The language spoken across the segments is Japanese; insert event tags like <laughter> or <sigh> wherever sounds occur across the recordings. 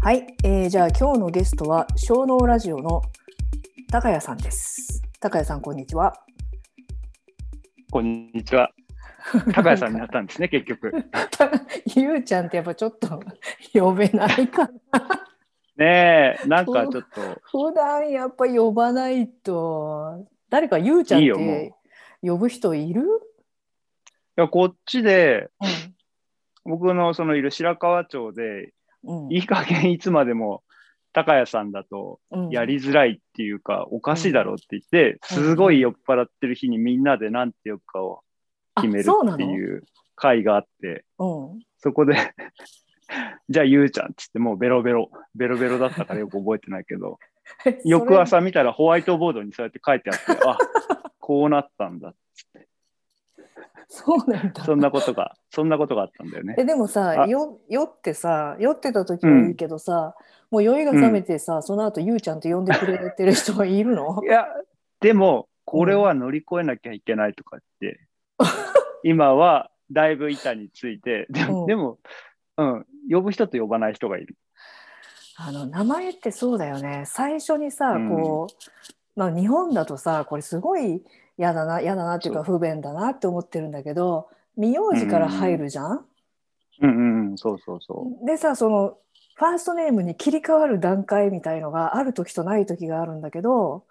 はい、えー、じゃあ今日のゲストは小脳ラジオの高谷さんです。高谷さんこんにちは。こんにちは。高谷さんになったんですね、結局。 <laughs> ゆうちゃんってやっぱちょっと呼べないかな。ねえ、なんかちょっと、普段やっぱ呼ばないと誰かゆうちゃんっいいよもて呼ぶ人いる？いやこっちで、僕のそのいる白川町で、うんいい加減いつまでも高谷さんだとうんやりづらいっていうか、おかしいだろうって言って、すごい酔っ払ってる日にみんなでなんて呼ぶかを決めるあそうなってのいう会があって、うん。そこで、 <laughs> じゃあゆうちゃんっつってもうベロベロベロベロだったからよく覚えてないけ <laughs> ど <laughs> 翌朝見たらホワイトボードにそうやって書いてあってあこうなったんだそれ。そうなんだ。そんなことが <laughs> そんなことがあったんだよねえでもさあよ酔ってさ酔ってた時は言うけどさ、もう酔いが覚めてさ、その後ゆうちゃんって呼んでくれてる人はいるのいやでもこれは乗り越えなきゃいけないと <laughs> かって、今はだいぶ板についてでうんもでも、うん、呼ぶ人と呼ばない人がいるあの名前ってそうだよね最初にさうんこう、まあ、日本だとさこれすごい嫌だな嫌だなっていうか不便だなって思ってるんだけど名字から入るじゃん、うんうんうんそうそうそでさそのファーストネームに切り替わる段階みたいのがある時とない時があるんだけど、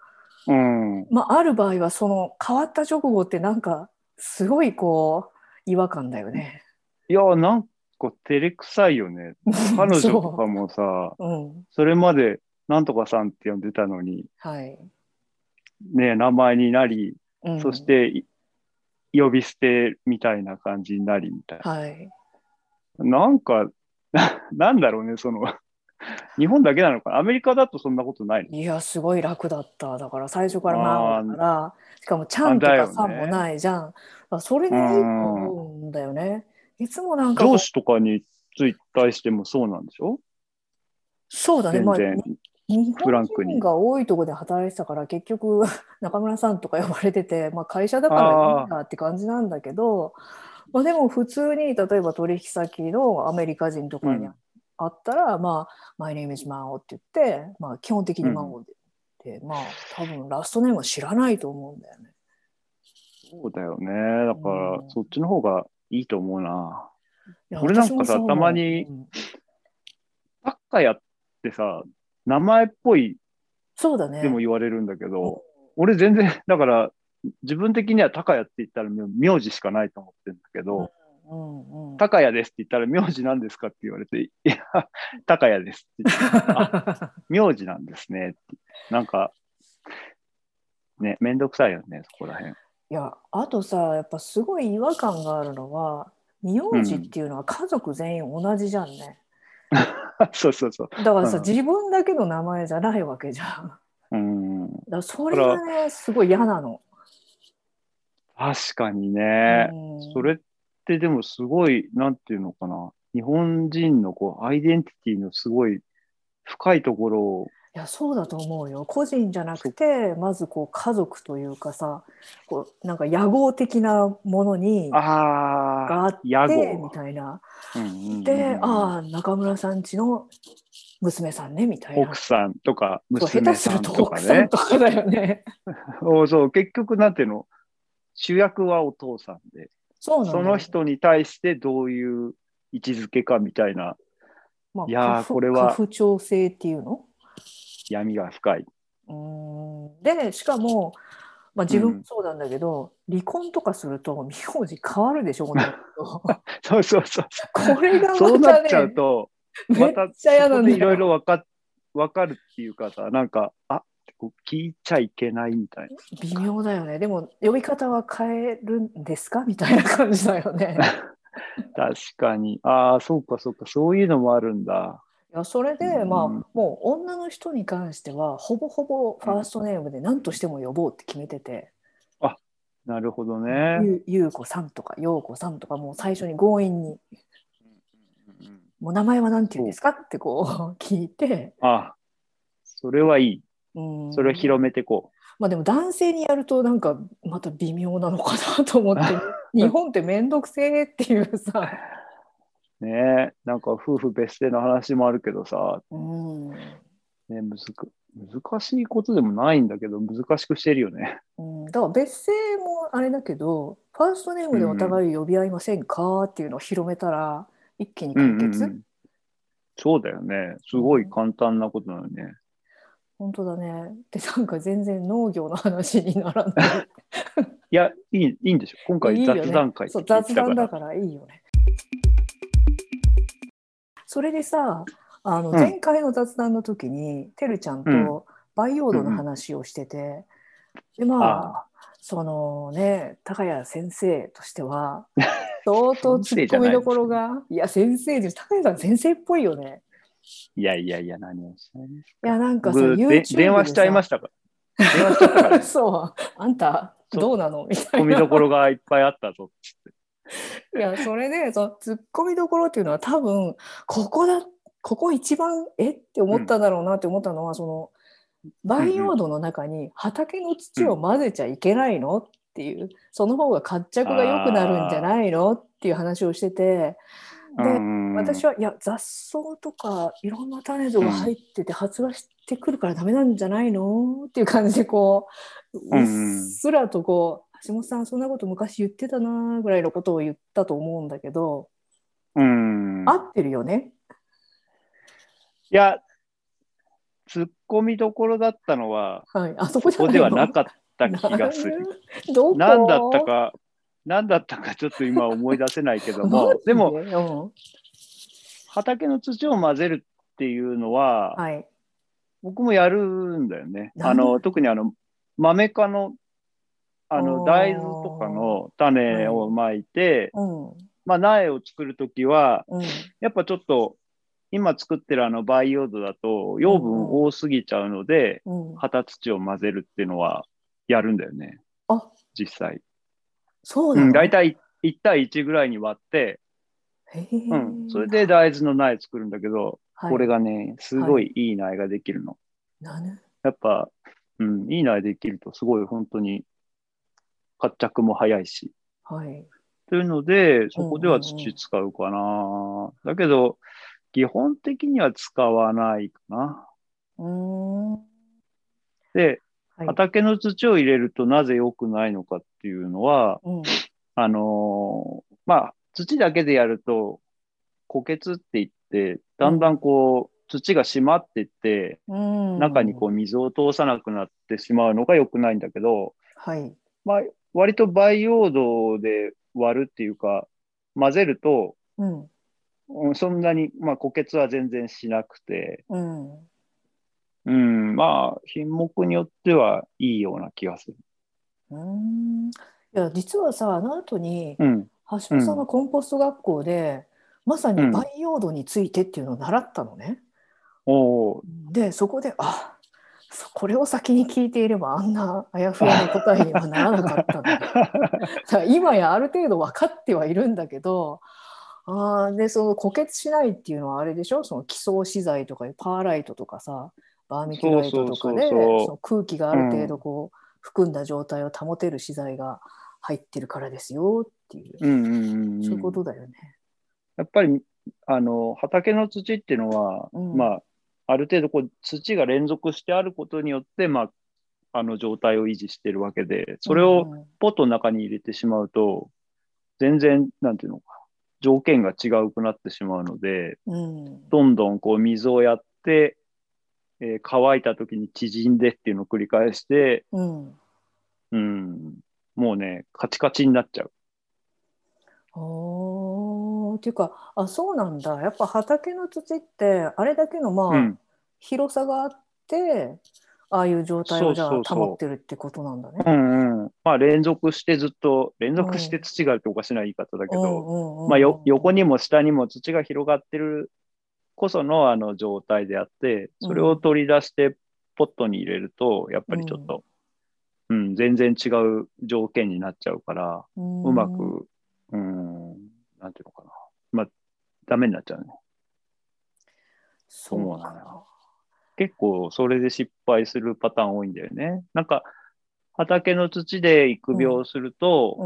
ううんまあ、ある場合はその変わった直後ってなんかすごいこう違和感だよね。いやなんか照れくさいよ <laughs> ね彼女とかもさそううんそれまでなんとかさんって呼んでたのに、はいね、名前になり、うんそしてい呼び捨てみたいな感じになりみたいはいな。なんか、 <laughs> ななんだろうね、その、日本だけなのかなアメリカだとそんなことないのいやすごい楽だっただから最初から「まあ」だからしかも「ちゃん」とあか「だよねさん」もないじゃん、あそれでいいと思うんだよねいつもなんかこう上司とかについ対してもそうなんでしょそうだね全まあ然。日フラ本ンクに人が多いとこで働いてたから結局 <laughs> 中村さんとか呼ばれてて、まあ、会社だからいいんだって感じなんだけどまあ、でも普通に例えば取引先のアメリカ人とかにうんあったら「まあ、My name is Mao」って言って、まあ、基本的に Mao で、でまあ多分ラストネームは知らないと思うんだよね。そうだよね。だから、うんそっちの方がいいと思うな。いや俺なんかさ私もそう思うたまにうんばっかやってさ、名前っぽいそうだね。でも言われるんだけど、俺全然、だから、自分的には高谷って言ったら名字しかないと思ってるんだけど、うんうん、高谷ですって言ったら、名字なんですかって言われて、いや、高谷ですって言って、名字なんですねって。なんか、ね、めんどくさいよね、そこら辺。 <laughs> <laughs> いやあとさやっぱすごい違和感があるのは名字っていうのは家族全員同じじゃんね、そうそうそう。だからさ、うん自分だけの名前じゃないわけじゃんだかうん、らそれがねすごい嫌なの、確かにね。うんそれってでもすごい、なんていうのかな。日本人のこう、アイデンティティのすごい深いところを、いやそうだと思うよ個人じゃなくてまずこう家族というかさこうなんか野号的なものにがああ、あって野号みたいなうんうんうんで、ああ中村さんちの娘さんねみたいな奥さんとかそう下娘手すさるんとと奥かさねん。とかだよ <laughs> ね。そうそう、結局なんていうの、主役はお父さんで、そうなんだそよの人に対してどういう位置づけかみたいなまあ、いやー過不これは過不調性っていうの闇が深い。 <laughs> うーんでしかも、まあ、自分もそうなんだけど、離婚とかすると名字変わるでしょ女の <laughs> 子そうそうそう。これがまたねそうなっちゃうと、めまったちゃ嫌そなこんだでよいろいろわかわかるっていうかさ、なんか、あこう聞いちゃいけないみたいな。微妙だよねでも呼び方は変えるんですかみたいな感じだよね <laughs> 確かに。ああ、そうかそうか、そういうのもあるんだ。いやそれで、うんまあもう女の人に関してはほぼほぼファーストネームで何としても呼ぼうって決めてて、なるほどね。ゆゆうこさんとかようこさんとかもう最初に強引に「もう名前は何て言うんですか?」ってこう聞いて、あそれはいい。うん、それを広めてこまあでも男性にやるとなんかまた <laughs> 微妙なのかなと思って日本って面倒くせえっていうさねえ、なんか夫婦別姓の話もあるけどさ、うん。ね、むずく難しいことでもないんだけど、難しくしてるよね。うん、だから別姓もあれだけど、ファーストネームでお互い呼び合いませんかっていうのを広めたら、一気に解決、うんうんうんそうだよね。すごい簡単なことなのね。本当だね。で、なんか全然農業の話になら <laughs> ない。いや、いいいいんでしょ。今回いいよね雑談会そうって言って雑た談だかからいいよね。それでさあのうん前回の雑談の時に、てるちゃんうんと培養土の話をしてて、でまあそのね高谷先生として <laughs> は相当ツッコミどころがいや先生です高谷さん先生っぽいよね。いやいやいや、何をしたいね。いやなんかさ僕、で YouTube 電話しちゃいましたから。 <laughs> 電話しちゃったから、た <laughs> そうあんたどうなのみたいな。込みどころがいっぱいあったぞ。いやそれでそのツッコミどころっていうのは多分ここだここ一番えって思っただろうなって思ったのは、その培養土の中に畑の土を混ぜちゃいけないのっていうその方が活着が良くなるんじゃないのっていう話をしててで、私は、はいや雑草とかいろんな種土が入ってて発芽してくるからダメなんじゃないのっていう感じでこうううんっうんすらとこう橋本さんそんなこと昔言ってたなぐらいのことを言ったと思うんだけど、うん。合ってるよねいや、突っ込みどころだったのは、はいあそそこじゃこないでのはなかった気がする。なん <laughs> どこ何だったか、何だったかち <laughs> ょっと今思い出せないけどマもジ、でも、うん畑の土を混ぜるっていうのは、はい僕もやるんだよね。なあんの特にあの豆科のああのー大豆とかの種をまいて、うんまあ、苗を作るときはうんやっぱちょっと今作ってるあの培養土だと養分多すぎちゃうので、うん旗土を混ぜるっていうのはやるんだよねあ実際。そううなのん、大体1対1ぐらいに割って、へーうん、それで大豆の苗作るんだけど、はいこれがねすごいいい苗ができるの。なぬやっぱ、うん、いい苗できるとすごい本当に活着も早いし。はいというので、そこでは土使うかな。だけど、基本的には使わないかな。うーんはで、い畑の土を入れるとなぜ良くないのかっていうのは、うんあのーまあ、土だけでやると、虎穴って言って、だんだんこう、土が締まってって、うん中にこう水を通さなくなってしまうのが良くないんだけど、はい。まあ、割と培養土で割るっていうか、混ぜると、うん。うんそんなに、まあ、固結は全然しなくて、うん。うん、まあ、品目によってはいいような気がする。うん。いや、実はさ、あの後に、うん。橋本さんのコンポスト学校で、まさに培養土についてっていうのを習ったのね。おーで、そこで、あそこれを先に聞いていればあんなあやふやな答えにはならなかったん <laughs> だだから今やある程度分かってはいるんだけどあーでその固結しないっていうのはあれでしょその基礎資材とかパーライトとかさバーミキュライトとかでそうそうそうそうその空気がある程度こう、含んだ状態を保てる資材が入ってるからですよっていう、うんうんうんそういうこうん。とだよね。やっぱり、あの、畑の土っていうのは、うんまあ、ある程度こう土が連続してあることによって、まあ、あの状態を維持してるわけで、それをうんポットの中に入れてしまうと、全然、なんていうのか、条件が違うくなってしまうので、うんどんどんこう水をやって、えー乾いた時に縮んでっていうのを繰り返して、うんうん、もうね、カチカチになっちゃう。おーっていうかあそうなんだやっぱ畑の土ってあれだけのまあ、うん、広さがあってああいう状態をじゃあそうそうそう保ってるってことなんだね。うん、うん。まあ連続してずっと、連続して土があるっておかしな言い方だけど、まあよ横ににも下にも土が広がってるこそのあの状態であって、それを取り出してポットに入れると、やっぱりちょっと、うん、全然違う条件になっちゃうから、ううまく、うん、なんていうのかな。まあ、ダメになっちゃうね。そうそうなのかよ結構それで失敗するパターン多いんだよね。なんか、畑の土で育苗すると、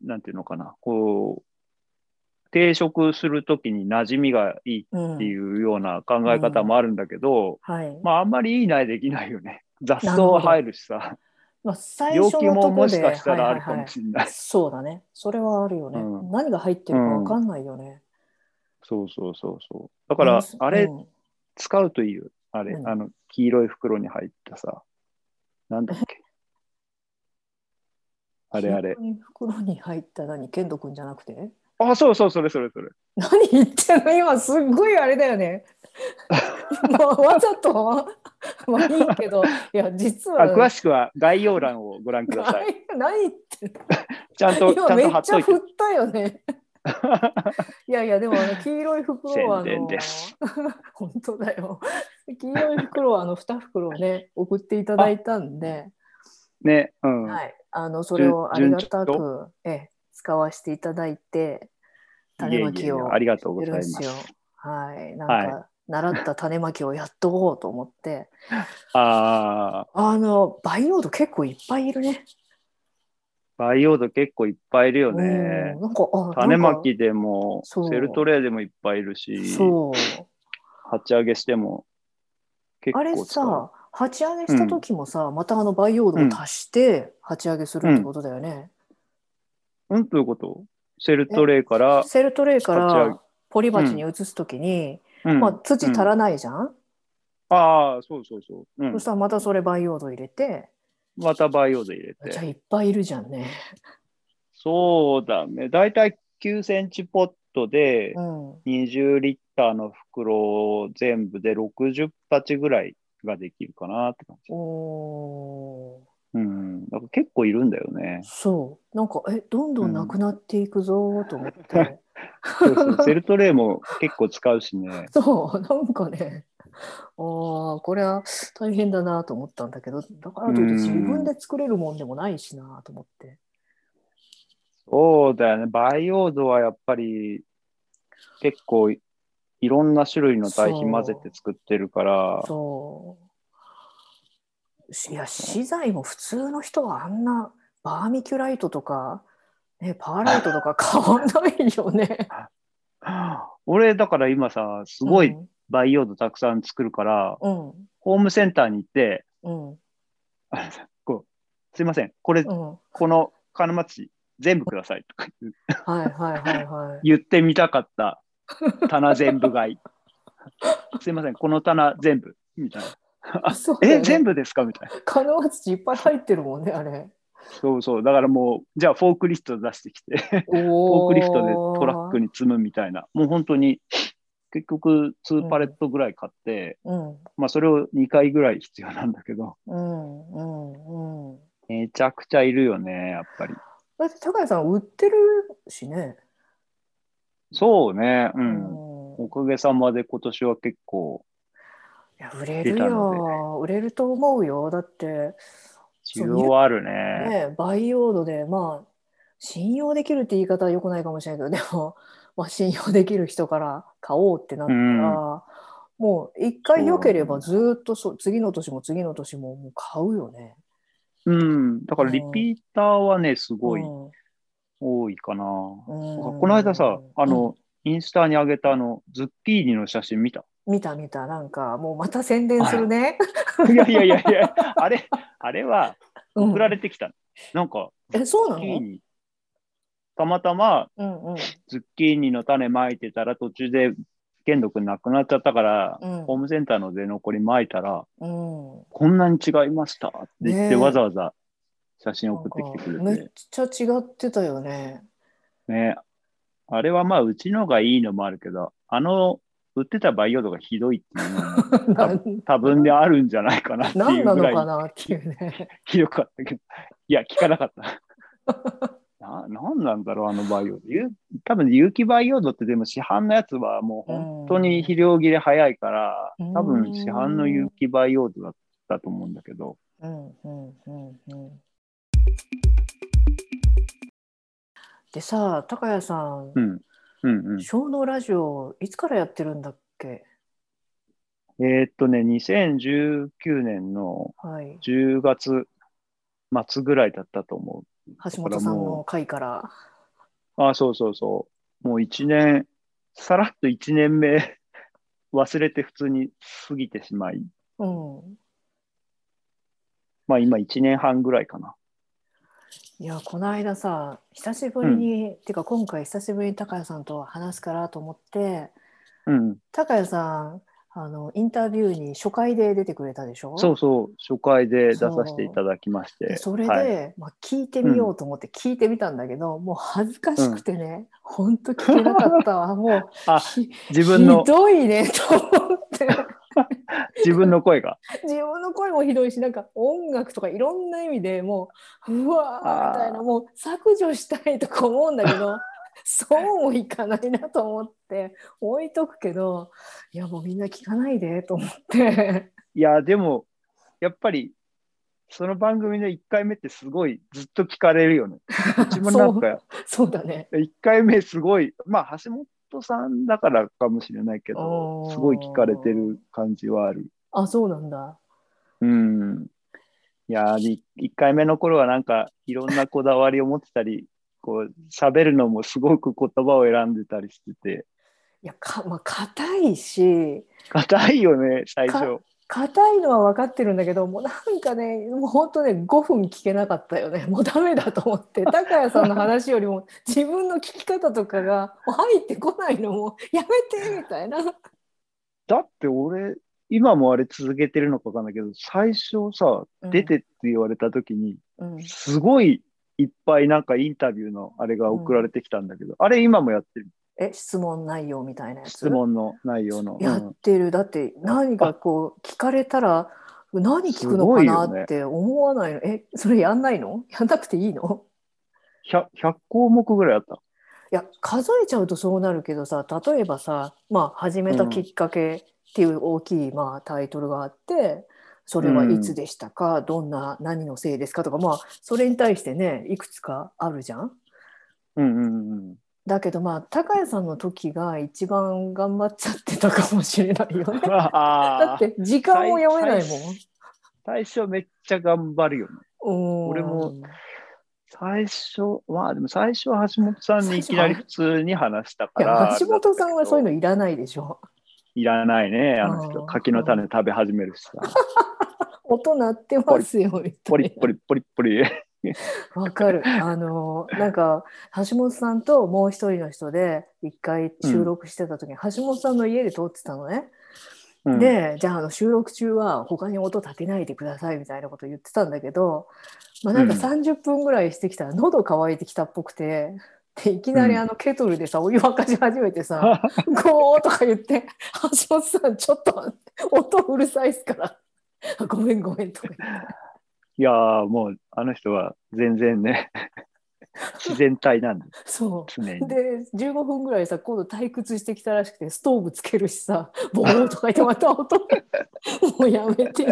な。うんなんていうのかな、こう、定食するときに馴染みがいいうんっていうような考え方もあるんだけど、はいまあ、あんまりいいないできないよね。 <laughs> 雑草は入るしさ、まあ、最病初気のもとこもしでかしたらあるはかいはいもはいしれない。そうだねそれはあるよね、うん何が入ってるかわかんないよね、そうそうそうそう。だだから、あれうん使うといいよ。あれ、うんあの、黄色い袋に入ったさ。なんだっけ。あれあ <laughs> れ黄。色い袋に入った何ケント君じゃなくてあ、そうそう、それそれそれ。 <laughs> 何言ってんの今すっごいあれだよ <laughs> ねもうわざと <laughs> まあいいけどいや実あは詳しくは概要欄をご覧ください。何 <laughs> 何言ってんのちゃんと、ちゃ今んめとっ貼っちゃといて振っ。たよ <laughs> ね。いやいやでもあの黄色い袋はあ宣伝のです。 <laughs> 本当だよ。黄色い袋はあの二袋をね送っていただいたんで、ね、うん。はいあのそれをありがたくええ使わせていただいて種まきいえいをえありがとうごしてざいるんまですよす。。はいなんか、は習った種まきをやっとこうと思って、ああ、あの培養土結構いっぱいいるね。培養土結構いっぱいいるようねん。なんかあ種まなんきでも、セそうルトレイでもいっぱいいるかし、そう。鉢上げしても結あれ構使う。さ鉢上げした時もさ、またあの培養土を足して鉢上げするってことだよね。うん、どういうことセルトレイから、セルトレイか鉢上げらポリ鉢に移す時に、うんまあ、土足らないじゃん、ああ、そうそうそう。うんそし、たらまたそれ培養土入れてまた培養土入れじゃあて。いっぱいいるじゃんね。そうだね。だいたい9センチポットでうん、 20リッターの袋全部で60鉢ぐらいができるかなって感じ。おー。うん。だから結構いるんだよね <laughs> そうなんかえどんどんなくなっていくぞーと思って、そうそうセルトレイも結構使うしね。そうなんかねあーこれは大変だなと思ったんだけどだからといって自分で作れるもんでもないしなと思って。そうだよね。培養土はやっぱり結構いいろんな種類の堆肥混ぜて作ってるから、そう。いや、資材も普通の人はあんなバーミキュライトとか、ね、パーライトとか買わないよね。俺だから今さ、すごいうん。培養土たくさん作るから、うん。ホームセンターに行って、うん。うんあこうすいません、これ、この金町全部くださいとか言うはいはいはいはい。言ってみたかった棚全 <laughs> 部買い。すいません、この棚全部みたいな。そうえ、全部部ですかみたいな。金輪土いっぱい入ってるもんね、あれ。そうそう、だからもう、じゃあフォークリフト出してきて、フォーおクリフトでトラックに。に積むみたいな。もう本当に、結局2パレットぐらい買って、うん。まあそれを2回ぐらい必要なんだけど、うん。うん。うん。めちゃくちゃいるよね、やっぱり。だって、高谷さん売ってるしね。そうね、う。うんおかげさまで今年は結構いや、売れる出たのよ。売れると思うよ。だって。需要はあるね。ね、培養土でまあ信用できるって言い方は良くないかもしれないけどでも、まあ、信用できる人から買おうってなったら、うんもう一回良ければずっとそう次の年も次の年ももう買うよね。うん。だからリピーターはね、すごいうん多いかな。うんこの間さ、あうのん、インスタに上げたあの、ズッキーニの写真見た。見た見たなんかもうまた宣伝するね。いやいやいやいや、あれ、あれは <laughs> うん送られてきた。なんか、えそうなズッキーの？ニ。たまたまうんうんズッキーニの種まいてたら途中で剣毒なくなっちゃったから、うんホームセンターの出残りまいたら、うん。こんなに違いましたって言っねえて、わざわざ写真なん送ってきてかくれて。めっちゃ違ってたよね。 <laughs> ね、あれはまあ、うちのがいいのもあるけど、あの、売ってた培養土がひどいっていうのもなん多分であるんじゃないかなってないんうなぐのらいかなっていうね。ひどかったけど、いや、聞かなかった。ななんなんだろう、あの培養土。ゆ多分有機培養土ってでも市販のやつはもう本当に肥料切れ早いから、うん多分市販の有機培養土だったと思うんだけど、うんうんうんうんでさ高谷さんうん、うん、うん。小脳ラジオいつからやってるんだっけえーっとね、2019年のはい10月末ぐらいだったと思う。橋本さんの回からあ、そうそうそもう一年、さらっと一年目忘れて普通に過ぎてしまい、うん。まあ今一年半ぐらいかな。いや、この間さ、久しぶりに、てか今回久しぶりに高谷さんと話すからと思って、うん。高谷さん、あの、インタビューに初回で出てくれたでしょそうそう、初回で出させていただきましでて。それで、はい、まあ、聞いてみようと思って聞いてみたんだけど、もう恥ずかしくてね、ほんと聞けなかったわ。もう、 <laughs> あ、ひ自分ひ、のどいねと思って。自分の声が。自分の声もひどいしなんか音楽とかいろんな意味でもううわーあーみたいなもう削除したいとか思うんだけ <laughs> どそうもいかないなと思って置いとくけどいやもうみんな聞かないでと思って <laughs> いや、でも、やっぱり、その番組の1回目ってすごいずっと聞かれる <laughs> よね。うちもなんか、そうだね1回目すごい、まあ、橋本さんだからかもしれないけおど、ーすごい聞かれてる感じはある。あそうなんだうん。いやー、1回目の頃はなんか、いろんなこだわりを持ってたり、こう、喋るのもすごく言葉を選んでたりしてて、いやかまあ硬いし硬いよね、最初。硬いのは分かってるんだけどもうなんかねもうほんとね5分聞けなかったよねも <laughs> うダメだと思って高谷さんの話よりも自分の聞き方とかがもう入ってこないのもうやめてみたいなだって俺、今もあれ続けてるのかわかんないけど、最初さ、出てって言われた時に、うん、すごいいっぱいなんかインタビューのあれが送られてきたんだけど、あれ今もやってる。え質問内容みたいなやつ質問の内容の。やうんってるだって何かこう聞かれたら何聞くのかなって思わないのえそれやんないのやんなくていいの 100, 100項目ぐらいあった。いや数えちゃうとそうなるけどさ例えばさ、まあ、始めたきっかけっていう大きい、まあ、タイトルがあってそれはいつでしたか、どんな何のせいですかとか、まあ、それに対してねいくつかあるじゃん。うんうんうん。だけどまあ高谷さんの時が一番頑張っちゃってたかもしれないよね。だ <laughs> あっーて時間も読めないもん。最初めっちゃ頑張るよね。うん俺も最初は、でも最初は橋本さんにいきなり普通に話したいかやら。橋本さんはそういうの。のいらないでしょ。いらないね、あの人。うん柿の種食べ始 <laughs> めるしさ。音鳴ってますよみたポいリなッ。ポリッポリッポリ。わか <laughs> る。あの、なんか、橋本さんともう一人の人で、一回収録してた時に、橋本さんの家で撮ってたのね。うん、で、じゃあ、あの、収録中は他に音立てないでくださいみたいなこと言ってたんだけど、まあ、なんかうん30分ぐらいしてきたら、喉乾いてきたっぽくて、で、いきなりあの、ケトルでさ、お湯沸かし始めて <laughs> さ、ゴーとか言って、橋本さん、ちょっと、音うるさいっすから、あごめんごめんとか言っていやーもうあの人は全然 <laughs> ね自然体なんでそう。す常にで15分ぐらいさ今度退屈してきたらしくてストーブつけるしさ <laughs> ボーンとか言ってまた音 <laughs> がもうやめて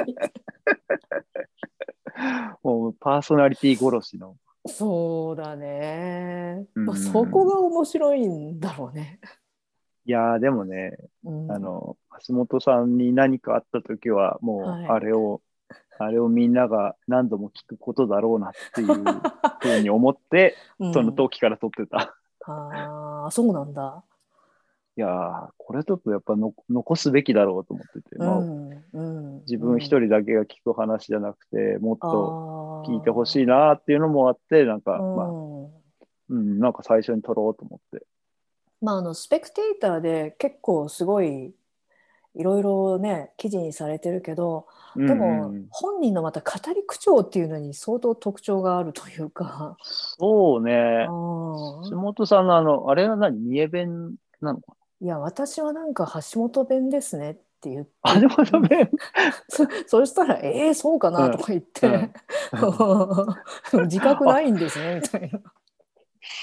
もうパーソナリティ殺しのそうだね、うんまあ、そこが面白いんだろうね、いやーでもね、うん、あの橋本さんに何かあった時はもはいうあれを、あれをみんなが何度も聞くことだろうなっ <laughs> ていうふうに思ってうんその時から撮ってた、あーそうなんだ、いやーこれちょっとやっぱの残すべきだろうと思ってて、うまあんうん、自分一うん人だけが聞く話じゃなくてもっとあー聞いてほしいなーっていうのもあってなんか、うんまあうん、なんか最初に撮ろうと思って。まあ、あのスペクテーターで結構すごいいろいろね記事にされてるけど、でも、うんうん本人のまた語り口調っていうのに相当特徴があるというか。そうねあ。ー橋本さんのあの、あれは何三重弁 <laughs> なのかいや私はなんか橋本弁ですねって言ってなあ、でもダメ。そそしたら「えー、そうかな」とか言って「自覚ないん <laughs> ですね」みたいな。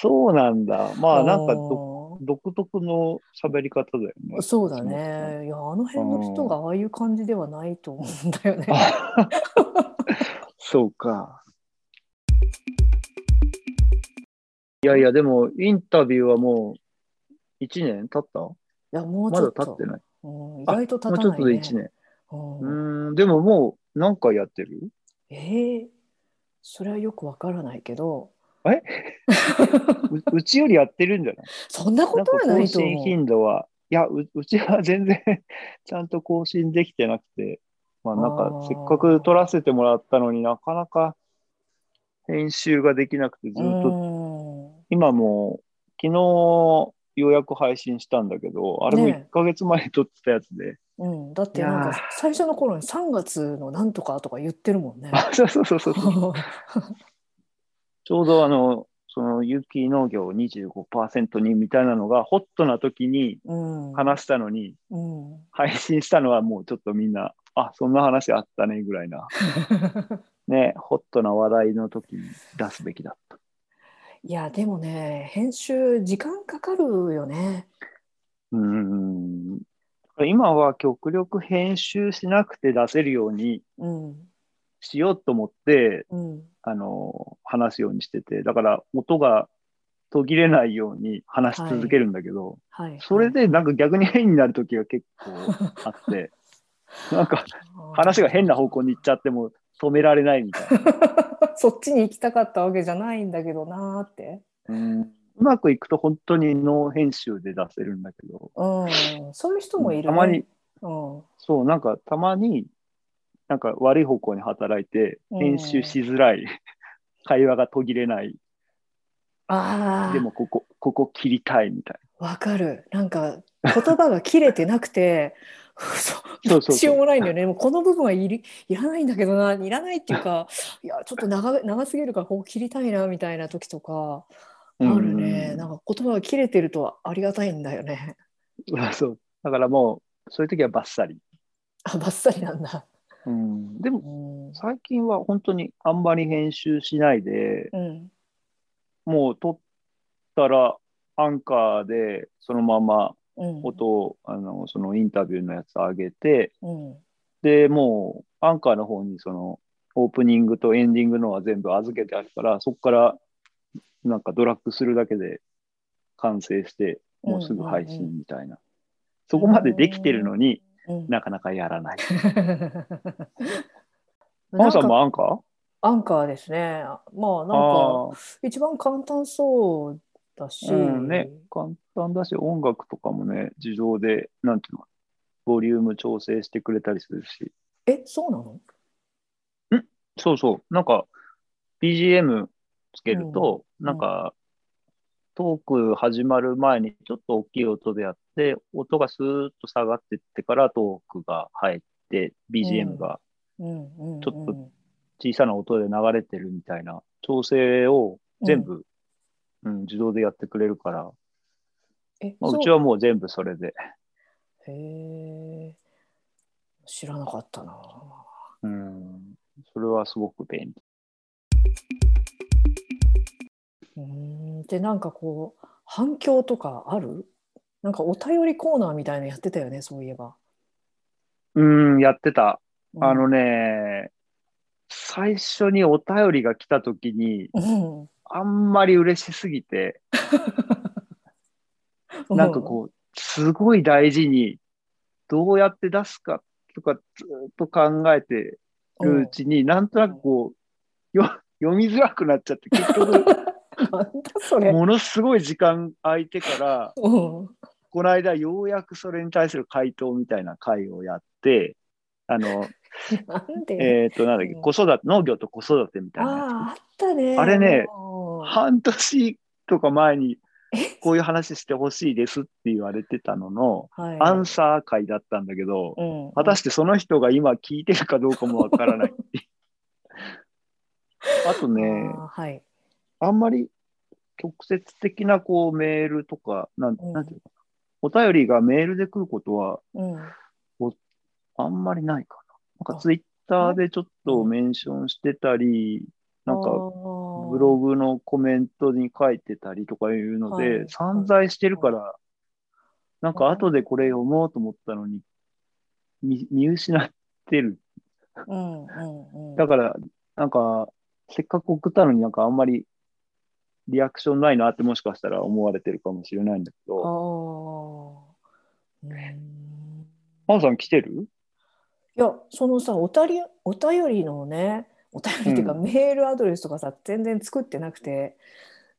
そうなんだ。まあ、なんかどう独特の喋り方だよねん。そうだ橋本さん。ねいやあの辺の人がああいう感じではないと思うんだよね。あそうか。いやいや、でも、インタビューはもう、1年経ったいやもうまちょだっと経ってない。うん、意外とも立うたちょなっい、ねとで1年。ううんーん、でももう、何回やってるえー、それはよくわからないけどえううちよりやってるんじゃないそんなことはないとんか更思新頻度は、いや、ううちは全然 <laughs> ちゃんと更新できてなくて、まあなんあかーせっかく撮らせてもらったのになかなか編集ができなくてずっう。と、うん今もう昨日ようやく配信したんだけど、あれもね1ヶ月前に撮ってたやつで、 <laughs> うん、だってなんいやーか最初の頃に3月のなんとかとか言ってるも <laughs> んね。あそうそうそうそう。ちょうどあの、その有機農業25%にみたいなのがホットな時にうん、話したのに、うん、配信したのはもうちょっとみんな、あ、そんな話あったねぐら <laughs> いな、ね、ホットな話題の時に出すべきだった。いやでもね編集時間かかるよね。うーん。今は極力編集しなくて出せるようにうんしようと思って、うん、あの、話すようにしてて、だから音が途切れないように話し続けるんだけど、はい、それでなんか逆に変になる時が結構あ <laughs> って、なんか話が変な方向に行っちゃっても止められないみたいな。そっちに行きたかったわけじゃないんだけどなーって。うんうまくいくと本当にノー編集で出せるんだけど、うん、そういう人もいる、ね。たまに、うんそう、なんかたまに、なんか悪い方向に働いて、うん編集しづらい、会話が途切れない、あでもここ、ここ切りたいみたいあわかるなんか言葉が切れてなくて <laughs> そうどそうそうそうっちようもないんだよねでもこの部分はいりいらないんだけどないらないっていう <laughs> かいやちょっと長め長すぎるからここ切りたいなみたいな時とかあな。るね、うんなんか言葉が切れてるとありがたいんだよね <laughs> そう。だからもう、そういう時はバッサリ。あバッサリなんだ、うん、でも、うん最近は本当にあんまり編集しないで、うん、もう撮ったらアンカーでそのままうん音を、あのそのインタビューのやつ上げてうんでもうアンカーの方にそのオープニングとエンディングのは全部預けてあるからそこからなんかドラッグするだけで完成してもうすぐ配信みたいな、そこまでできてるのにうん <laughs> なかなかやらない。なマんンさんかもアンカーアンカーですねまあなんかあー一番簡単そうだし、うんね、簡単だし、音楽とかもね、自動で、なんていうの、ボリューム調整してくれたりするし、えそうなのそうそう、なんか、BGM つけると、なんか、トーク始まる前にちょっと大きい音でやって、音がスーッと下がってってからトークが入って、BGM がうんうんうん、ちょっと小さな音で流れてるみたいな調整を全部、うん自動でやってくれるから、えまあ、そううちはもう全部それで。へえ知らなかったなうん、それはすごく便利。うーんでなんかこう反響とかあるなんかお便りコーナーみたいなのやってたよねそういえば、うん、やってた。うんあのね、最初にお便りが来た時に、うんあんまり嬉しすぎて、なんかこう、すごい大事に、どうやって出すかとか、ずっと考えてるうちに、なんとなくこう、よ読みづらくなっちゃ <laughs> って、結局、うん <laughs> なんだそれ、ものすごい時間空いてから、うん、この間、ようやくそれに対する回答みたいな回をやって、あの、なんで、えっ、と、なんだっけ、うん子育て、農業と子育てみたいなやつ。あああったねあれねうん半年とか前に、こういう話してほしいですって言われてたのの、はい、アンサー会だったんだけど、うん、果たしてその人が今聞いてるかどうかもわか <laughs> らないっていうあとあね、ーはいあんまり直接的なこうメールとか、なんうんなんていうかな、お便りがメールで来ることはうんあんまりないかな。なんあかツイッターでちょっとメンションしてたり、なんかブロググのコメントに書いてたりとかいうので、はい散財してるから、なんか後でこれ読もうと思ったのに、見見失ってる。うんうんうん、だから、なんか、せっかく送ったのになんかあんまりリアクションないなってもしかしたら思われてるかもしれないんだけあど、ーうんパンさん来てるいやそのさおたりお便りのねお便りっていうか、うメールアドレスとかさ全然作ってなくてて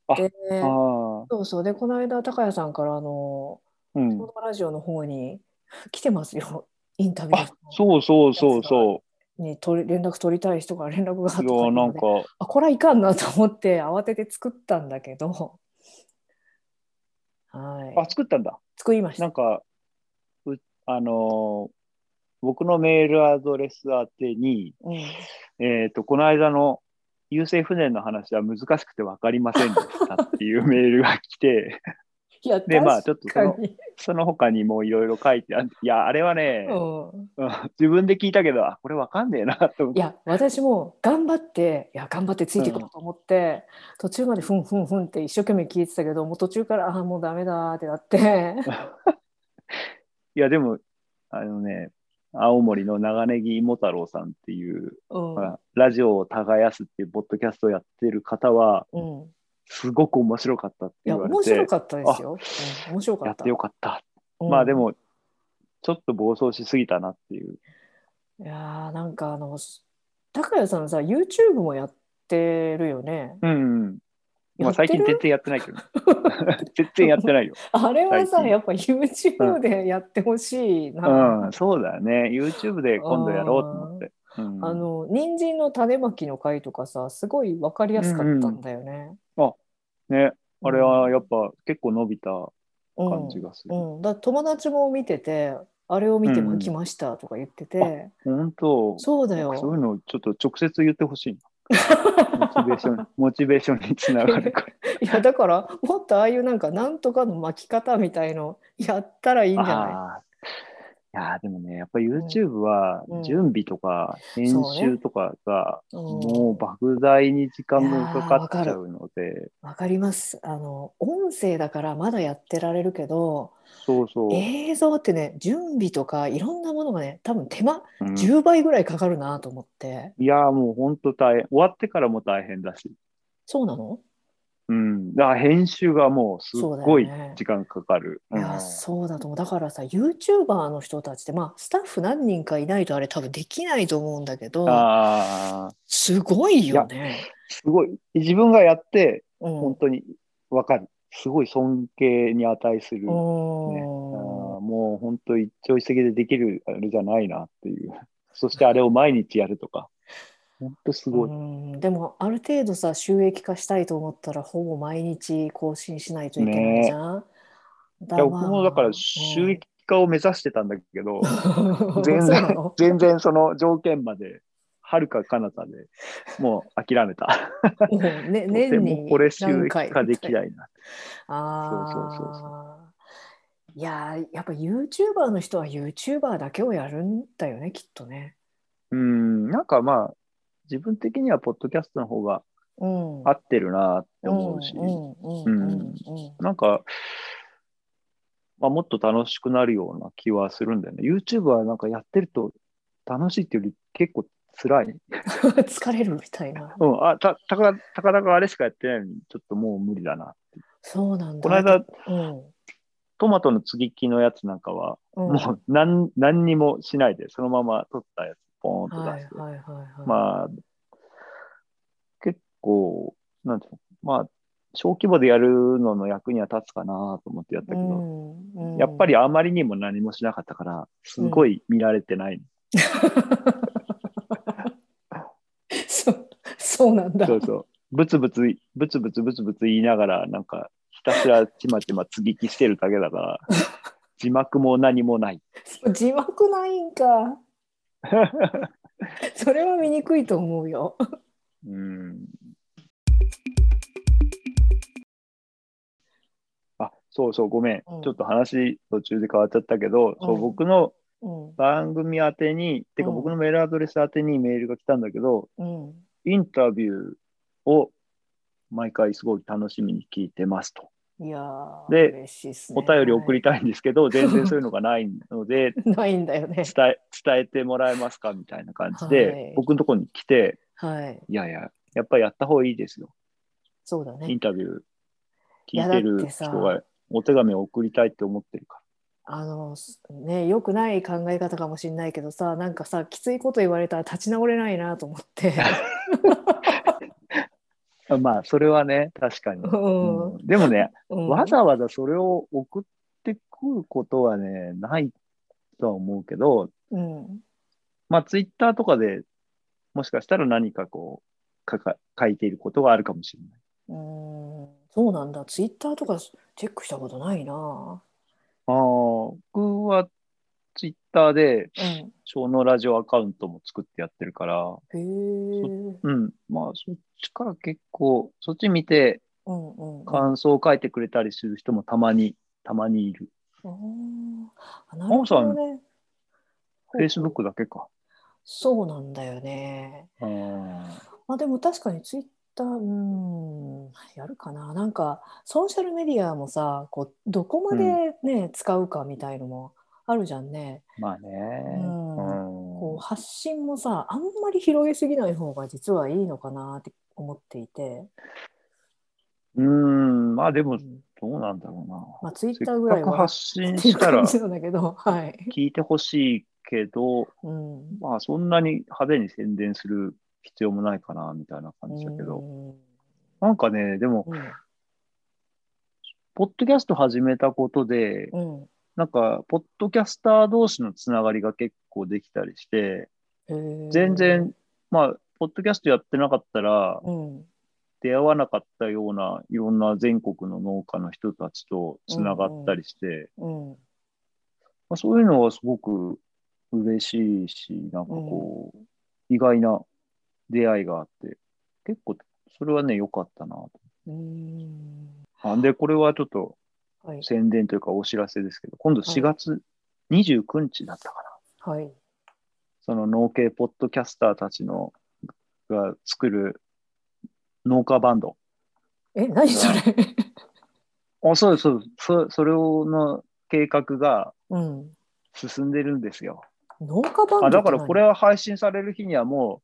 ああ、そうそうでこの間高谷さんからあのうんこ。のラジオの方に <laughs> 来てますよインタビュー、あそうそうそうそに取り連絡取りたい人から連絡があったう。いとや、いうのなんでか、あこれはいかんなと思って慌てて作ったんだけどはあ、い作ったんだ。作りましなたんか、うあのー僕のメールアドレス宛てに、うんえっ、と、この間の郵政船の話は難しくて分かりませんでしたっていうメールが <laughs> 来て、いやでまあちょっとその確かにその他にもいろいろ書いてあって、いや、あれはね、うんうん自分で聞いたけど、あ、これ分かんねえなと思っいて。や私も頑張っていや頑張ってついていこうと思って、途中までふんふんふんって一生懸命聞いてたけどもう途中からあーもうダメだーってなって <laughs> いや、でも、あのね、青森の長ネギ芋太郎さんっていう、うん、まあラジオを耕すっていうポッドキャストをやってる方は、うん、すごく面白かったっていや言われて、面白かったですよ、うん、面白かやっったてよかった。うんまあでも、ちょっと暴走しすぎたなっていう。いやーなんかあの高谷さんさ YouTube もやってるよねうん、うん。まやあってる最近全然やってないけど。 <laughs> 全然やってな <laughs> いよ。あれはさ最近やっぱ YouTube でやってほしいな、うん、そうだよね。YouTube で今度やろうと思って。うん、あの人参の種まきの回とかさすごい分かりやすかったんだよね、ね、あれはやっぱ結構伸びたうん感じがする。うん、だ友達も見ててあれを見て巻きましたとか言ってて、本当そうだよなんかそういうのをちょっと直接言って <laughs> ほしいな。モチベーション、モチベーションにつながるから。 <laughs> いやだからもっとああいうなんかなんとかの巻き方みたいのやったらいいんじゃないあーいやーでもね、やっぱり YouTube はうん準備とか編そうね集とかがうんもう莫大に時間がかかっちゃうので、わかりますあの音声だからまだやってられるけどそうそう。映像ってね準備とかいろんなものがね多分手間うん10倍ぐらいかかるなと思って、いやーもう本当大変。終わってからも大変だし。そうなのうん。だから編集がもうすっそうだよごいね時間かかる。いや、そうだと思う。だからさ、YouTuber の人たちって、まあ、スタッフ何人かいないとあれ多分できないと思うんだけうどん、ああ、すごいよね。すごい。自分がやってうん。本当にわかる。すごい尊敬に値する。ああうーもう本当一朝一夕でできるあれじゃないなっていう。 <laughs> そしてあれを毎日やるとか。本当すごい。ん。うんでも、ある程度さ、収益化したいと思ったら、ほぼ毎日更新しないといけないじゃん。いだやま僕あもだから収益化を目指してたんだけど、うん <laughs> 全そうな然の、 <laughs> 全然その条件まで、はるか彼方で、もう諦めた。もうね、 <laughs> と <laughs> て年もにこれ収何益回化できないな。ああ。そうそうそういやーやっぱ YouTuber の人は YouTuber だけをやるんだよねきっとね。うん、なんかまあ、自分的にはポッドキャストの方がうん、合ってるなって思うし、うんうんうんうんうんなんか、まあ、もっと楽しくなるような気はするんだよね。YouTube はなんかやってると楽しいっていうより結構辛い。疲れるみたいな。うん、あ、た、たか、たかだかあれしかやってないのに、ちょっともう無理だな。そうなんだ。この間、うんトマトの継ぎ木のやつなんかは、うん、もう何何にもしないで、そのまま取ったやつ、ポーンとはいは出いして。はいはい。まあ、結構、なんていうの、まあ、小規模でやるのの役には立つかなと思ってやったけうど、んうんやっぱりあまりにも何もしなかったから、すごい見られてない。そうそうなんだ。そうそう。ブツブツ、ブツブツブツブツ言いながら、なんか、ひたすらちまちま継ぎ木してるだけだから、 <laughs> 字幕も何もない。字幕ないん <laughs> か。それは見にくいと思うよ。うんあそうそう、ごめん,、うんちょっと話途中で変わっちゃったけど、そううん僕のうん番組宛てに、てかうん僕のメールアドレス宛てにメールが来たんだけど、うん。インタビューを毎回すごい楽しみに聞いてますと。いやーで嬉しいっすねお便り送りたいんですけど、全然そういうのがない <laughs> ので、ないんだよね。伝え伝えてもらえますかみたいな感じで、はい僕のところに来て、はい。いやいや、やっぱりやった方がいいですよ。そうだイねン。タビューいや聞いてだっるてさ人がお手紙を送りたいって思ってるかあのすね良くない考え方かもしれないけどさなんか <laughs> さきついこと言われたら立ち直れないなと思ってら。まあ、それはね、確かに。うんうんでもね、うんわざわざそれを送ってくることはね、ないとは思うけど、うんまあ、ツイッターとかでもしかしたら何かこう、書か書いていることがあるかもしれない。うんそうなんだツイッターとかチェックしたことないなああ、僕はツイッターで、うん小のラジオアカウントも作ってやってるから、へえうんうん、まあ、そっちから結構、そっち見てうんうん感想を書いてくれたりする人もたまに、たまにいる。あーなるほどね。 Facebook だけか。そうなんだよね。あーまあでも確かにツイッター、うん、やるかな。なんかソーシャルメディアもさ、こうどこまでね、使うかみたいのもあるじゃんね。まあね。うんこうう発信もさ、あんまり広げすぎない方が実はいいのかなって思っていて、ん、うんまあでも、どうなんだろうな。まあツイッせっターぐらかいくは発信っていしうたら感じなんだけど、はい。聞いてほしいけど、うん。まあそんなに派手に宣伝する必要もないかな、みたいな感じだけど。なんかね、でも、うん。ポッドキャスト始めたことで、うん。なんか、ポッドキャスター同士のつながりが結構できたりして、へー全然、まあ、ポッドキャストやってなかったら、うん。出会わなかったようないろんな全国の農家の人たちとつながったりして、うん。まあ、そういうのはすごく嬉しいし、なんかこう、意外な出会いがあって、結構それはね、良かったなと。うん。あで、これはちょっとはい。宣伝というかお知らせですけど、今度はい4月29日だったかな。はい。その農系ポッドキャスターたちのが作る農家バンド。え、何それ。 <laughs> あ、そうです、そうです。そそれをの計画がうん。進んでるんですよ。農家バンド。あだからこれ。は配信される日にはも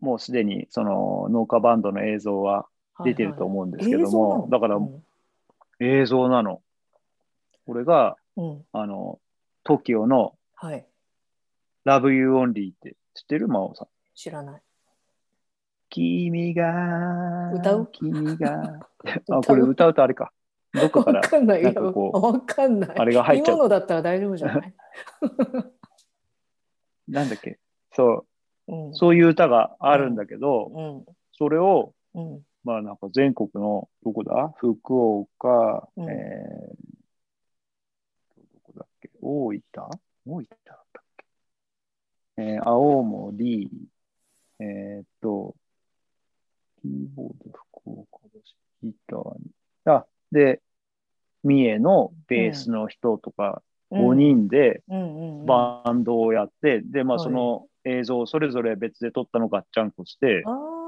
う、もうすでにその農家バンドの映像は出てるとう。思うんです映けど像なも、のだからうん映像なの。これが、うん。あの、TOKIO のはい。 Love You Only って知ってる真央さん。知らない。君が、歌う <laughs> 君が。歌うあ、これ歌うとあれか。どっかわからかんないなんかこよ。わかんない。あれが入っちゃう見物だったら大丈夫じゃない。なんだっけそうう、ん。 <laughs> そういう歌があるんだけど、うん。それを、うん。まあなんか全国の、どこだ福岡、うんえー、どこだっけ大分大分だったっけえー、青森、えーっと、キーボード福岡だし、ギターに。あ、で、三重のベースの人とか5。人で、うんうんうん。あバンドをやって、で、まあ、はいその映像をそれぞれ別で撮ったのをガッチャンコして、あー。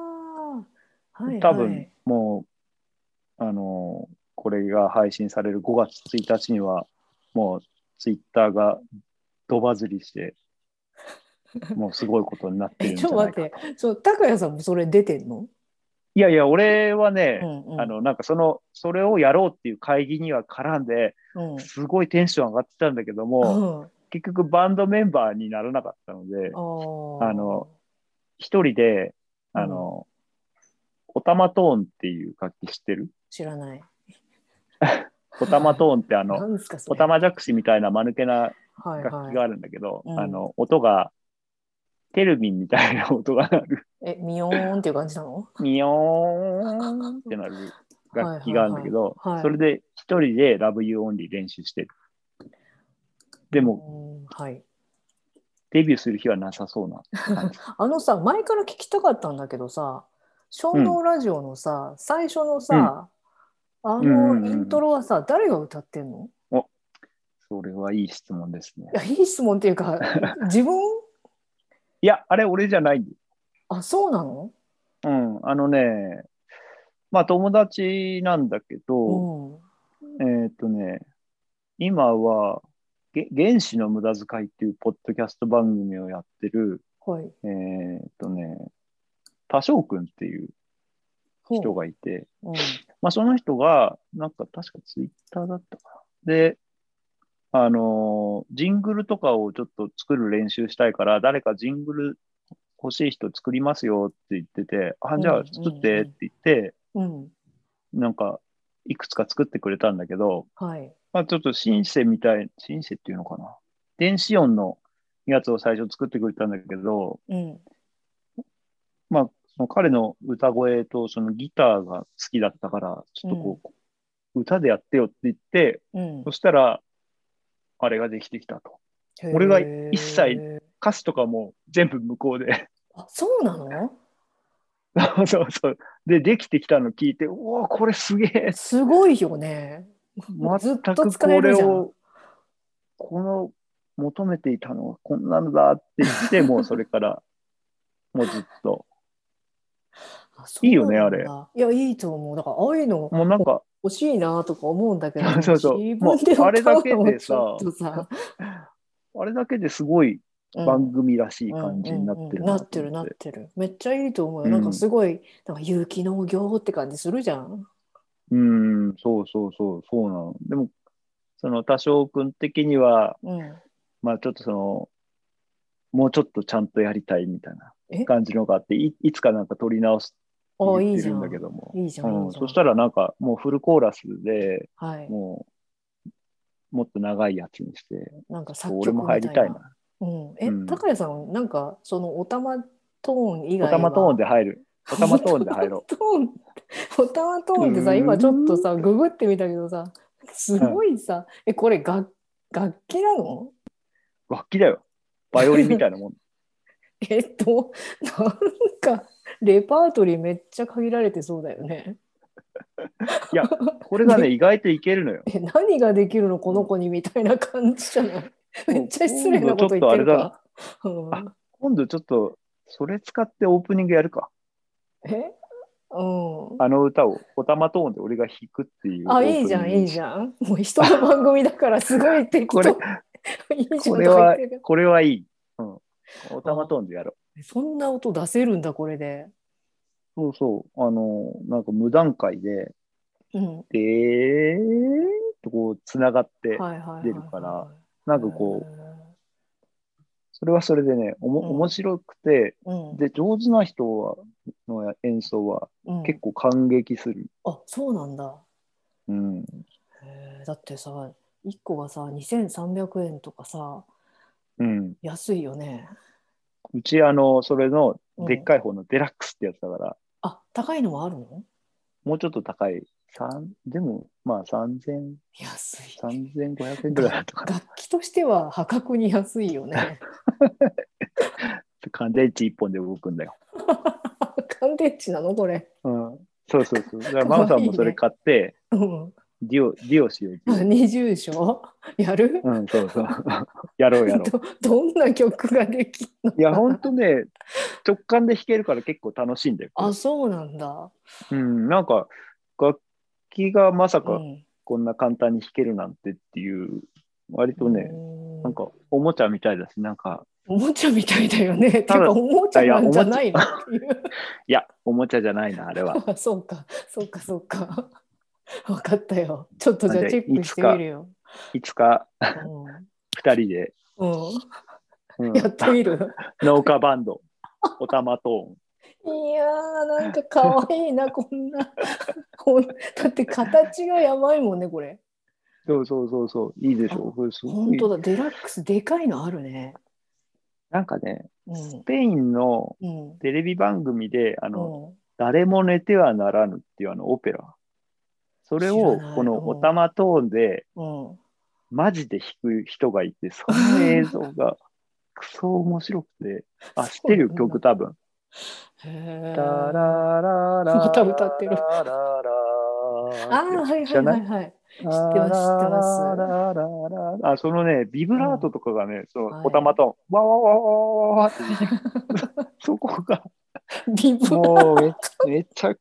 はい。多は分い。もう、あのーこれが配信される5月1日には、もうツイッターがドバズり <laughs> して、もうすごいことになってるえ、んちじょゃっと待ないっかて。そう、拓也さんもそれ出てんの。いやいや、俺はね、うんうん。あ。の、なんかその、それをやろうっていう会議には絡んで、うん。すごいテンション上がってたんだけども、うん結局バンドメンバーにならなかったので、あーあの。一人で、あの、オタマトーンっていう楽器知ってる知らない。オタマトーンってあなの、んですか。それオタ。マジャクシみたいな間抜けなはい。楽は器いが。あるんだけど、うんあの、音が、テルミンみたいな <laughs> 音が鳴る。え、ミヨーンっていう感じなのミヨーンってなる楽器があるんだけどはいはいはいは、いそれで一人でラブユーオンリー練習してる。でも、うんはい。デビューする日はなさそうな感じ。あのさ、前から聞きたかったんだけどさ、小脳ラジオのさ、最初のさ、あうんうんのうんイントロはさ、誰が歌ってんのそれはいい質問ですねい。や、いい質問っていう <laughs> か、自分いや、あれ俺じゃないんだよあ、そうなのうん、あのね、まあ友達なんだけど、うえーっとね、今は、げ原始の無駄遣いっていうポッドキャスト番組をやってる、ん。はい。えーっとね、多少くんっていうほう人がいて、うんまあその人が、なんか確かツイッターだったかな。で、あのージングルとかをちょっと作る練習したいから、誰かジングル欲しい人作りますよって言ってて、あ、じゃうあん作ってって言って、うん。なんか、いくつか作ってくれたんだけど、はい。まあちょっとシンセみたい、シンセっていうのかな。電子音のやつを最初作ってくれたんだけど、うん。まあ、その彼の歌声とそのギターが好きだったから、ちょっとこう、歌でやってよって言って、うんそ。したら、あれができてきたと。俺が一へー切。歌詞とかも全部向こうで。 <laughs> あ、そうなのそうそう。で、できてきたの聞いて、うわ、これすげえ。すごいよね。ず全っとく使こえれるじゃん。を、この、求めていたのはこんなのだって言って、 <laughs> もうそれから、もうずっと。あそういいよねなんあれだいや、いいと思う。だから、ああいうのもうなんか、欲しいなとか思うんだけど、 <laughs> そうそう自分でもうあれ歌だうけでのもちさょっとさ、あれだけですごいうん番組らしい感じになってうんうんうるんなってるなっる。てる。めっちゃいいと思うよ。うんなんかすごい、なんか有機農業って感じするじゃん。うん、そうそうそう、そうなの。でも、その、多少君的には、うん。まあちょっとその、もうちょっとちゃんとやりたいみたいえな感じのがあって、いいつかなんか撮り直すってああ、い言いってじゃるんん。だけども。いいじゃん。うん、そしたたらなんかもうフルコーラスでら、はい。もうもっと長いやつにして、なんか作曲俺も入りたいな。。うん、え、うん高谷さん、なんかそのおたまトーン以お外たまトーンで、で入る。おたまトーンで入ろおたまトーン、おたまトーンってうさ、ん今ちょっとさ、ググってみたけどさ、すごいさ、え、これ楽楽器なのう。楽器だよ。バイオリンみたいなも <laughs> ん。えっと、なんかレパートリーめっちゃ限られてそうだよね。いや、これがね、意外といけるのよ。 <laughs> え、何ができるのこの子にみたいな感じじゃない。 <laughs> めっちゃ失礼なこと言ってるか。うんあ今度ちょっと、それ使ってオープニングやるか。えうん。あの歌を、おたまトーンで俺が弾くっていう。あ、いいじゃん、いいじゃん。もう人の番組だからすごい適当。これ <laughs> いいじゃんこれとはか言ってる、これはいい。うん。おたまトーンでやろそんな音出せるんだ、これで。う。そうそう。あの、なんか無段階で、うん。はでーんとこう、つながってい、はいはいはい。出るからなんかこう、うそれはそれでね、おもうん面白くて、ん。で、上手な人は、の演奏はうん、結構感激する。あ、そうなんだ。うん。へえだってさ、1個がさ、2300円とかさ、うん。安いよね。うち、あの、それの、うんでっかい方のデラックスってやつだから、あ、高いのもあるのもうちょっと高い。三でも、まあ、3000、安い。 3500円ぐらいだったかな。楽器としては破格に安いよ <laughs> ね。乾電池1本で動くんだよ。乾電池なのこれ。うん。そうそうそう。だから、かマわいいねウさんもそれ買って、うん。ディオ、ディオしよう。ディオ二重章やる、うん、そうそう。 <laughs> やろうやろう。どどんな曲ができるのいや、ほんとね、直感で弾けるから結構楽しいんだよ。あ、そうなんだ。うん、なんか、楽器がまさうかん。こんな簡単に弾けるなんてっていう、割とね、うんなんかおもちゃみたいだし、なんか、おもちゃみたいだよね。てただか、おもちゃなんじゃないのっていう。いや、おもちゃじゃないな、あれは。 <laughs> あそうか、そうか、そうか。わかったよ。ちょっとじゃああチじゃあェックしてみるよ。いつか二人で、うん。うんうんやってみる。農家バンド、おたまトいやーなんか可愛いなこんな <laughs> ほんだって形がやばいもんねこれーン。そうそうそうそう、いいでしょう。これすご本い当だデラックスでかいのあるねなんかね、うスんペインのうんテレビ番組で、あの、うん誰も寝てはならぬっていうあのオペラ。それ知をらないこうんのおたまトーンでうんマジで弾く人がいて、その映像がクソ面白くて、あ、知ってるよ曲多分。へタえラあララまた歌ってるラララあーはいはいはいはいます知って知ってますす。あ、そのね、ビブラートとかがね、そはいのおたまトーン、わわわわわわって出てくる、そこがビブもうめめちゃく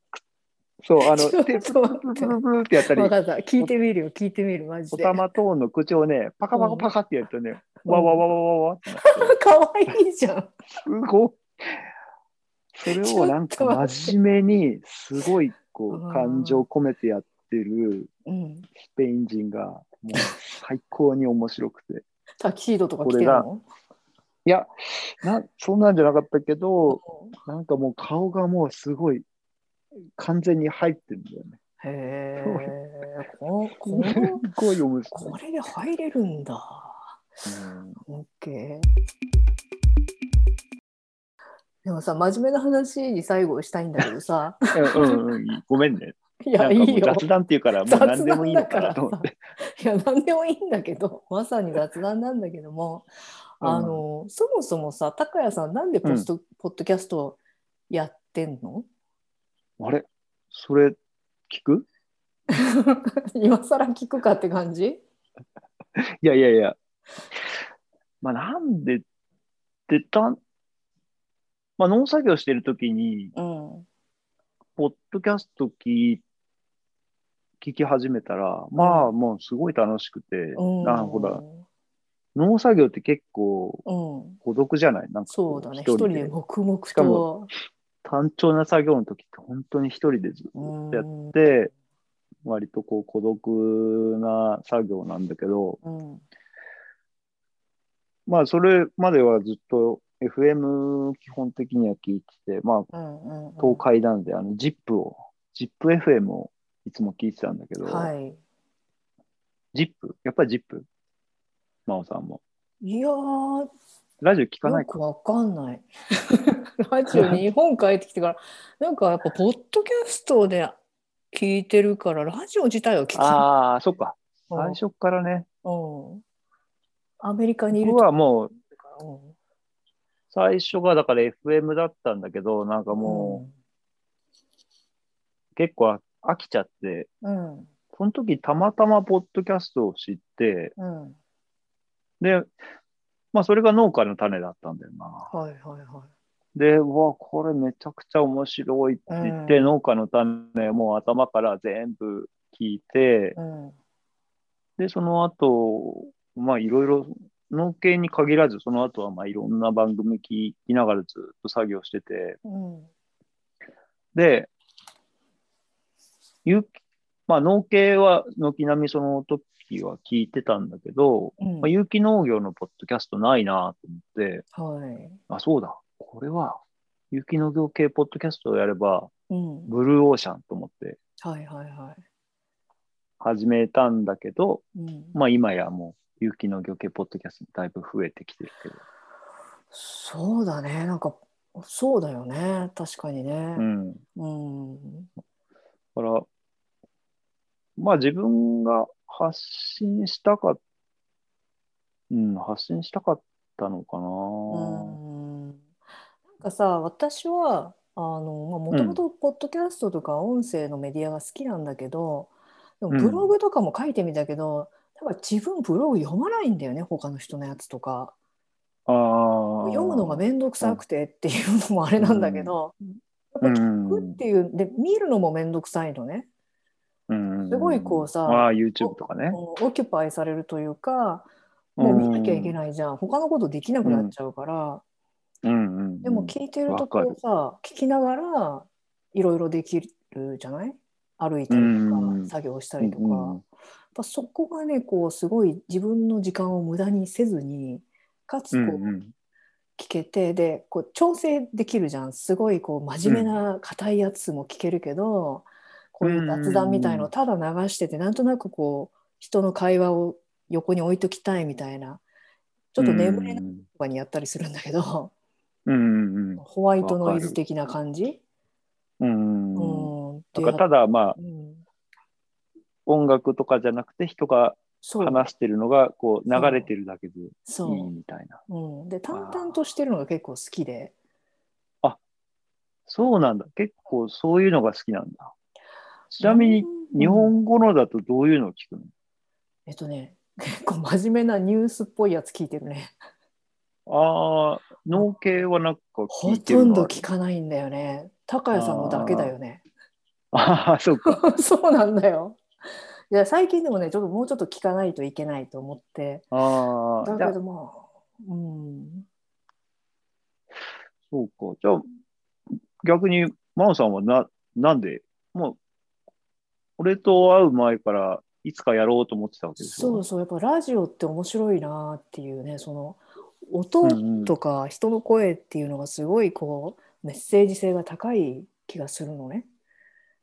そう、あの、ちょっ手と待っブてルブルブルってやったりわ、かった聞いてみるよ聞いてみるマジおでたまトーンの口をね、パカパカパカってやるとね、うんわわわわわわってなって、可愛いじゃんすごい。それをなんちょかっと待って真面目に、すごいこうんう、感情込めてやってるうんスペイン人が、もう最高に面白くて。タキシードとか着てるのいやな、そんなんじゃなかったけど、なんかもう顔がもうすごい、完全に入ってるんだよね。へえ。こすこっごい読む。これで入れるんだ。うんオッケー。でもさ、真面目な話に最後したいんだけどさ。うんうんうん、ごめんね。い <laughs> なや、んいかもいうよ。雑談っていうから、もう何でもいいのかなと思って。いや、何でもいいんだけど、まさに雑談なんだけども、うんあの、そもそもさ、高谷さん、なんでポスト、ポッドキャストやってんの <laughs> あれそれ聞く今更聞くかって感じいやいやいや。まあなんでってたん、まあ農作業してるときに、うん。ポッドキャスト聞い聞き始めたら、まあもうすごい楽しくて、うん。あほら、農作業って結構うん。孤独じゃないなんかそこうだね。一人で黙々しかとも。単調な作業の時って本当に一人でずっとやっうんて、割とこう孤独な作業なんだけど、うん。まあそれまではずっと FM 基本的には聞いてて、まあうんうんうん。東海なんで、あの ZIP を、ZIPFM をいつも聞いてたんだけど、はい。ジップやっぱりジップ真央さんも。いやー、ラジオ聞かなよいかくわかん <laughs> ない。ラジオ日本帰ってきてから、なんかやっぱポッドキャストで聞いてるから、ラジオ自体は聞か <laughs> ああ、そっか。な最い。初からね。うん。アメリカにいる僕とかはもう、ら。最初がだから FM だったんだけど、なんかもう結構飽きちゃって、うん。うん。その時たまたまポッドキャストを知って、うん。で、まあそれが農家の種だったんだよな。はいはいはで、うわ、これめちゃくちゃ面白いって言って、うん農家の種もう頭から全部聞いてい。、うん。で、その後、まあいろいろ、農系に限らず、その後はまあいろんな番組聞きながらずっと作業してて、うん。で、有機まあ農系は軒並みその時は聞いてたんだけど、うんまあ、有機農業のポッドキャストないなと思って、はい。あ、そうだ、これは有機農業系ポッドキャストをやれば、うん。ブルーオーシャンと思ってはいはいは始めたんだけど、い。うん。まあ今やもう有機農業系ポッドキャストだいぶ増えてきてるけど、そうだね。なんか、そうだよね。確かにねう。ん。うん。だから、まあ自分が発信したかっ、うん、発信したかったのかな。うんなんかさ私はあのもともとポッドキャストとか音声のメディアが好きなんだけど、でもブログとかも書いてみたけど、なんか自分ブログ読まないんだよね他の人のやつとかああ。読むのが面倒くさくてっていうのもあれなんだけど、うやっぱん聞くっていうで見るのも面倒くさいのね、うんすごいこうさああ、YouTube とかね。うんオキュパイされるというかもう見なきゃいけないじゃん、他のことできなくなっちゃうから。うんうんうん。でも聞いてるとわかるこうさ、聞きながらいろいろできるじゃない歩いたりとうんうんか作業したりとか、うんやっぱそこがねこうすごい自分の時間を無駄にせずにかつうんこううん聞けて、でこう調整できるじゃんすごいこう真面目な硬いやつも聞けるけど、こういう雑談みたいのをただ流しててなんとなくこう人の会話を横に置いときたいみたいなちょっと眠れないとかにやったりするんだけど、うんうんホワイトノイズ的な感じうんうんうんうん。うんだからただまあうん音楽とかじゃなくて人がそう話してるのがこう流れてるだけでいいそうみたいな。うん、で淡々としてるのが結構好きでそうなんだ。結構そういうのが好きなんだ。ちなみにうん日本語のだとどういうのを聞くの、えっとね <laughs> 結構真面目なニュースっぽいやつ聞いてるねああ、農系はなんか聞ほいてとるんのどある聞かないんだよね高谷さんのだけだよねああ、そうか。 <laughs> そうなんだよいや最近でもねちょっともうちょっと聞かないといけないと思ってああ、 <laughs> だじゃけあどまあうんそうか。じゃあ逆に、真央さんはな、なんで、もう、俺と会う前からいつかやろうと思ってたわけでしょそうそうやっぱラジオって面白いなっていうねその音とか人の声っていうのがすごいこうメッセージ性が高い気がするのね。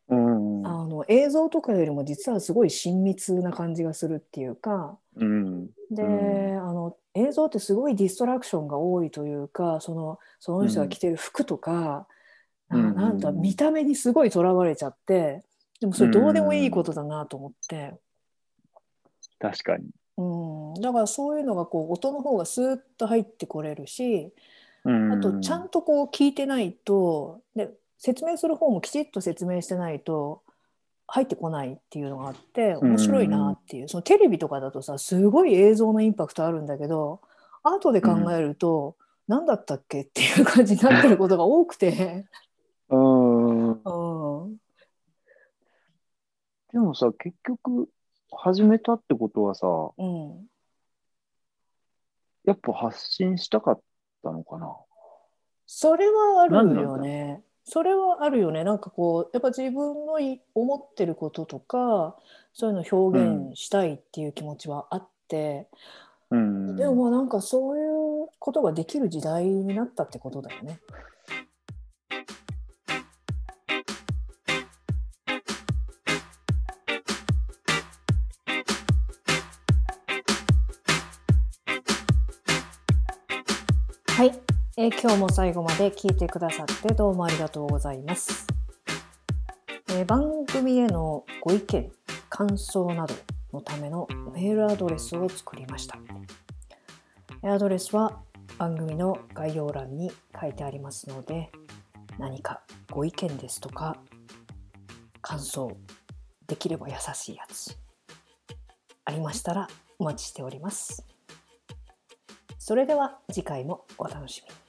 うんあの映像とかよりも実はすごい親密な感じがするっていうかうんで、うんあの映像ってすごいディストラクションが多いというかそのその人が着てる服とか、うんあなんか見た目にすごいとらわれちゃってでもそれどうでもいいことだなと思って、確かに。うんだからそういうのがこう音の方がスーッと入ってこれるしうんあとちゃんとこう聞いてないとで説明する方もきちっと説明してないと入ってこないっていうのがあって面白いなっていう、そのテレビとかだとさすごい映像のインパクトあるんだけど後で考えると、何だったっけっていう感じになってることが多く <laughs> て、うんうん、でもさ、結局、始めたってことはさ、うん、やっぱ発信したかったのかな。それはあ何るなんだよね。それはあるよね。なんかこう、やっぱ自分のい思ってることとか、そういうのを表現したいっていう気持ちはあって、うん、でもまあなんかそういうことができる時代になったってことだよね。はい、えー今日も最後まで聞いてくださってどうもありがとうございます。えー番組へのご意見、感想などのためのメールアドレスを作りました。アドレスは番組の概要欄に書いてありますので何かご意見ですとか感想できれば優しいやつありましたらお待ちしておりますそれでは次回もお楽しみに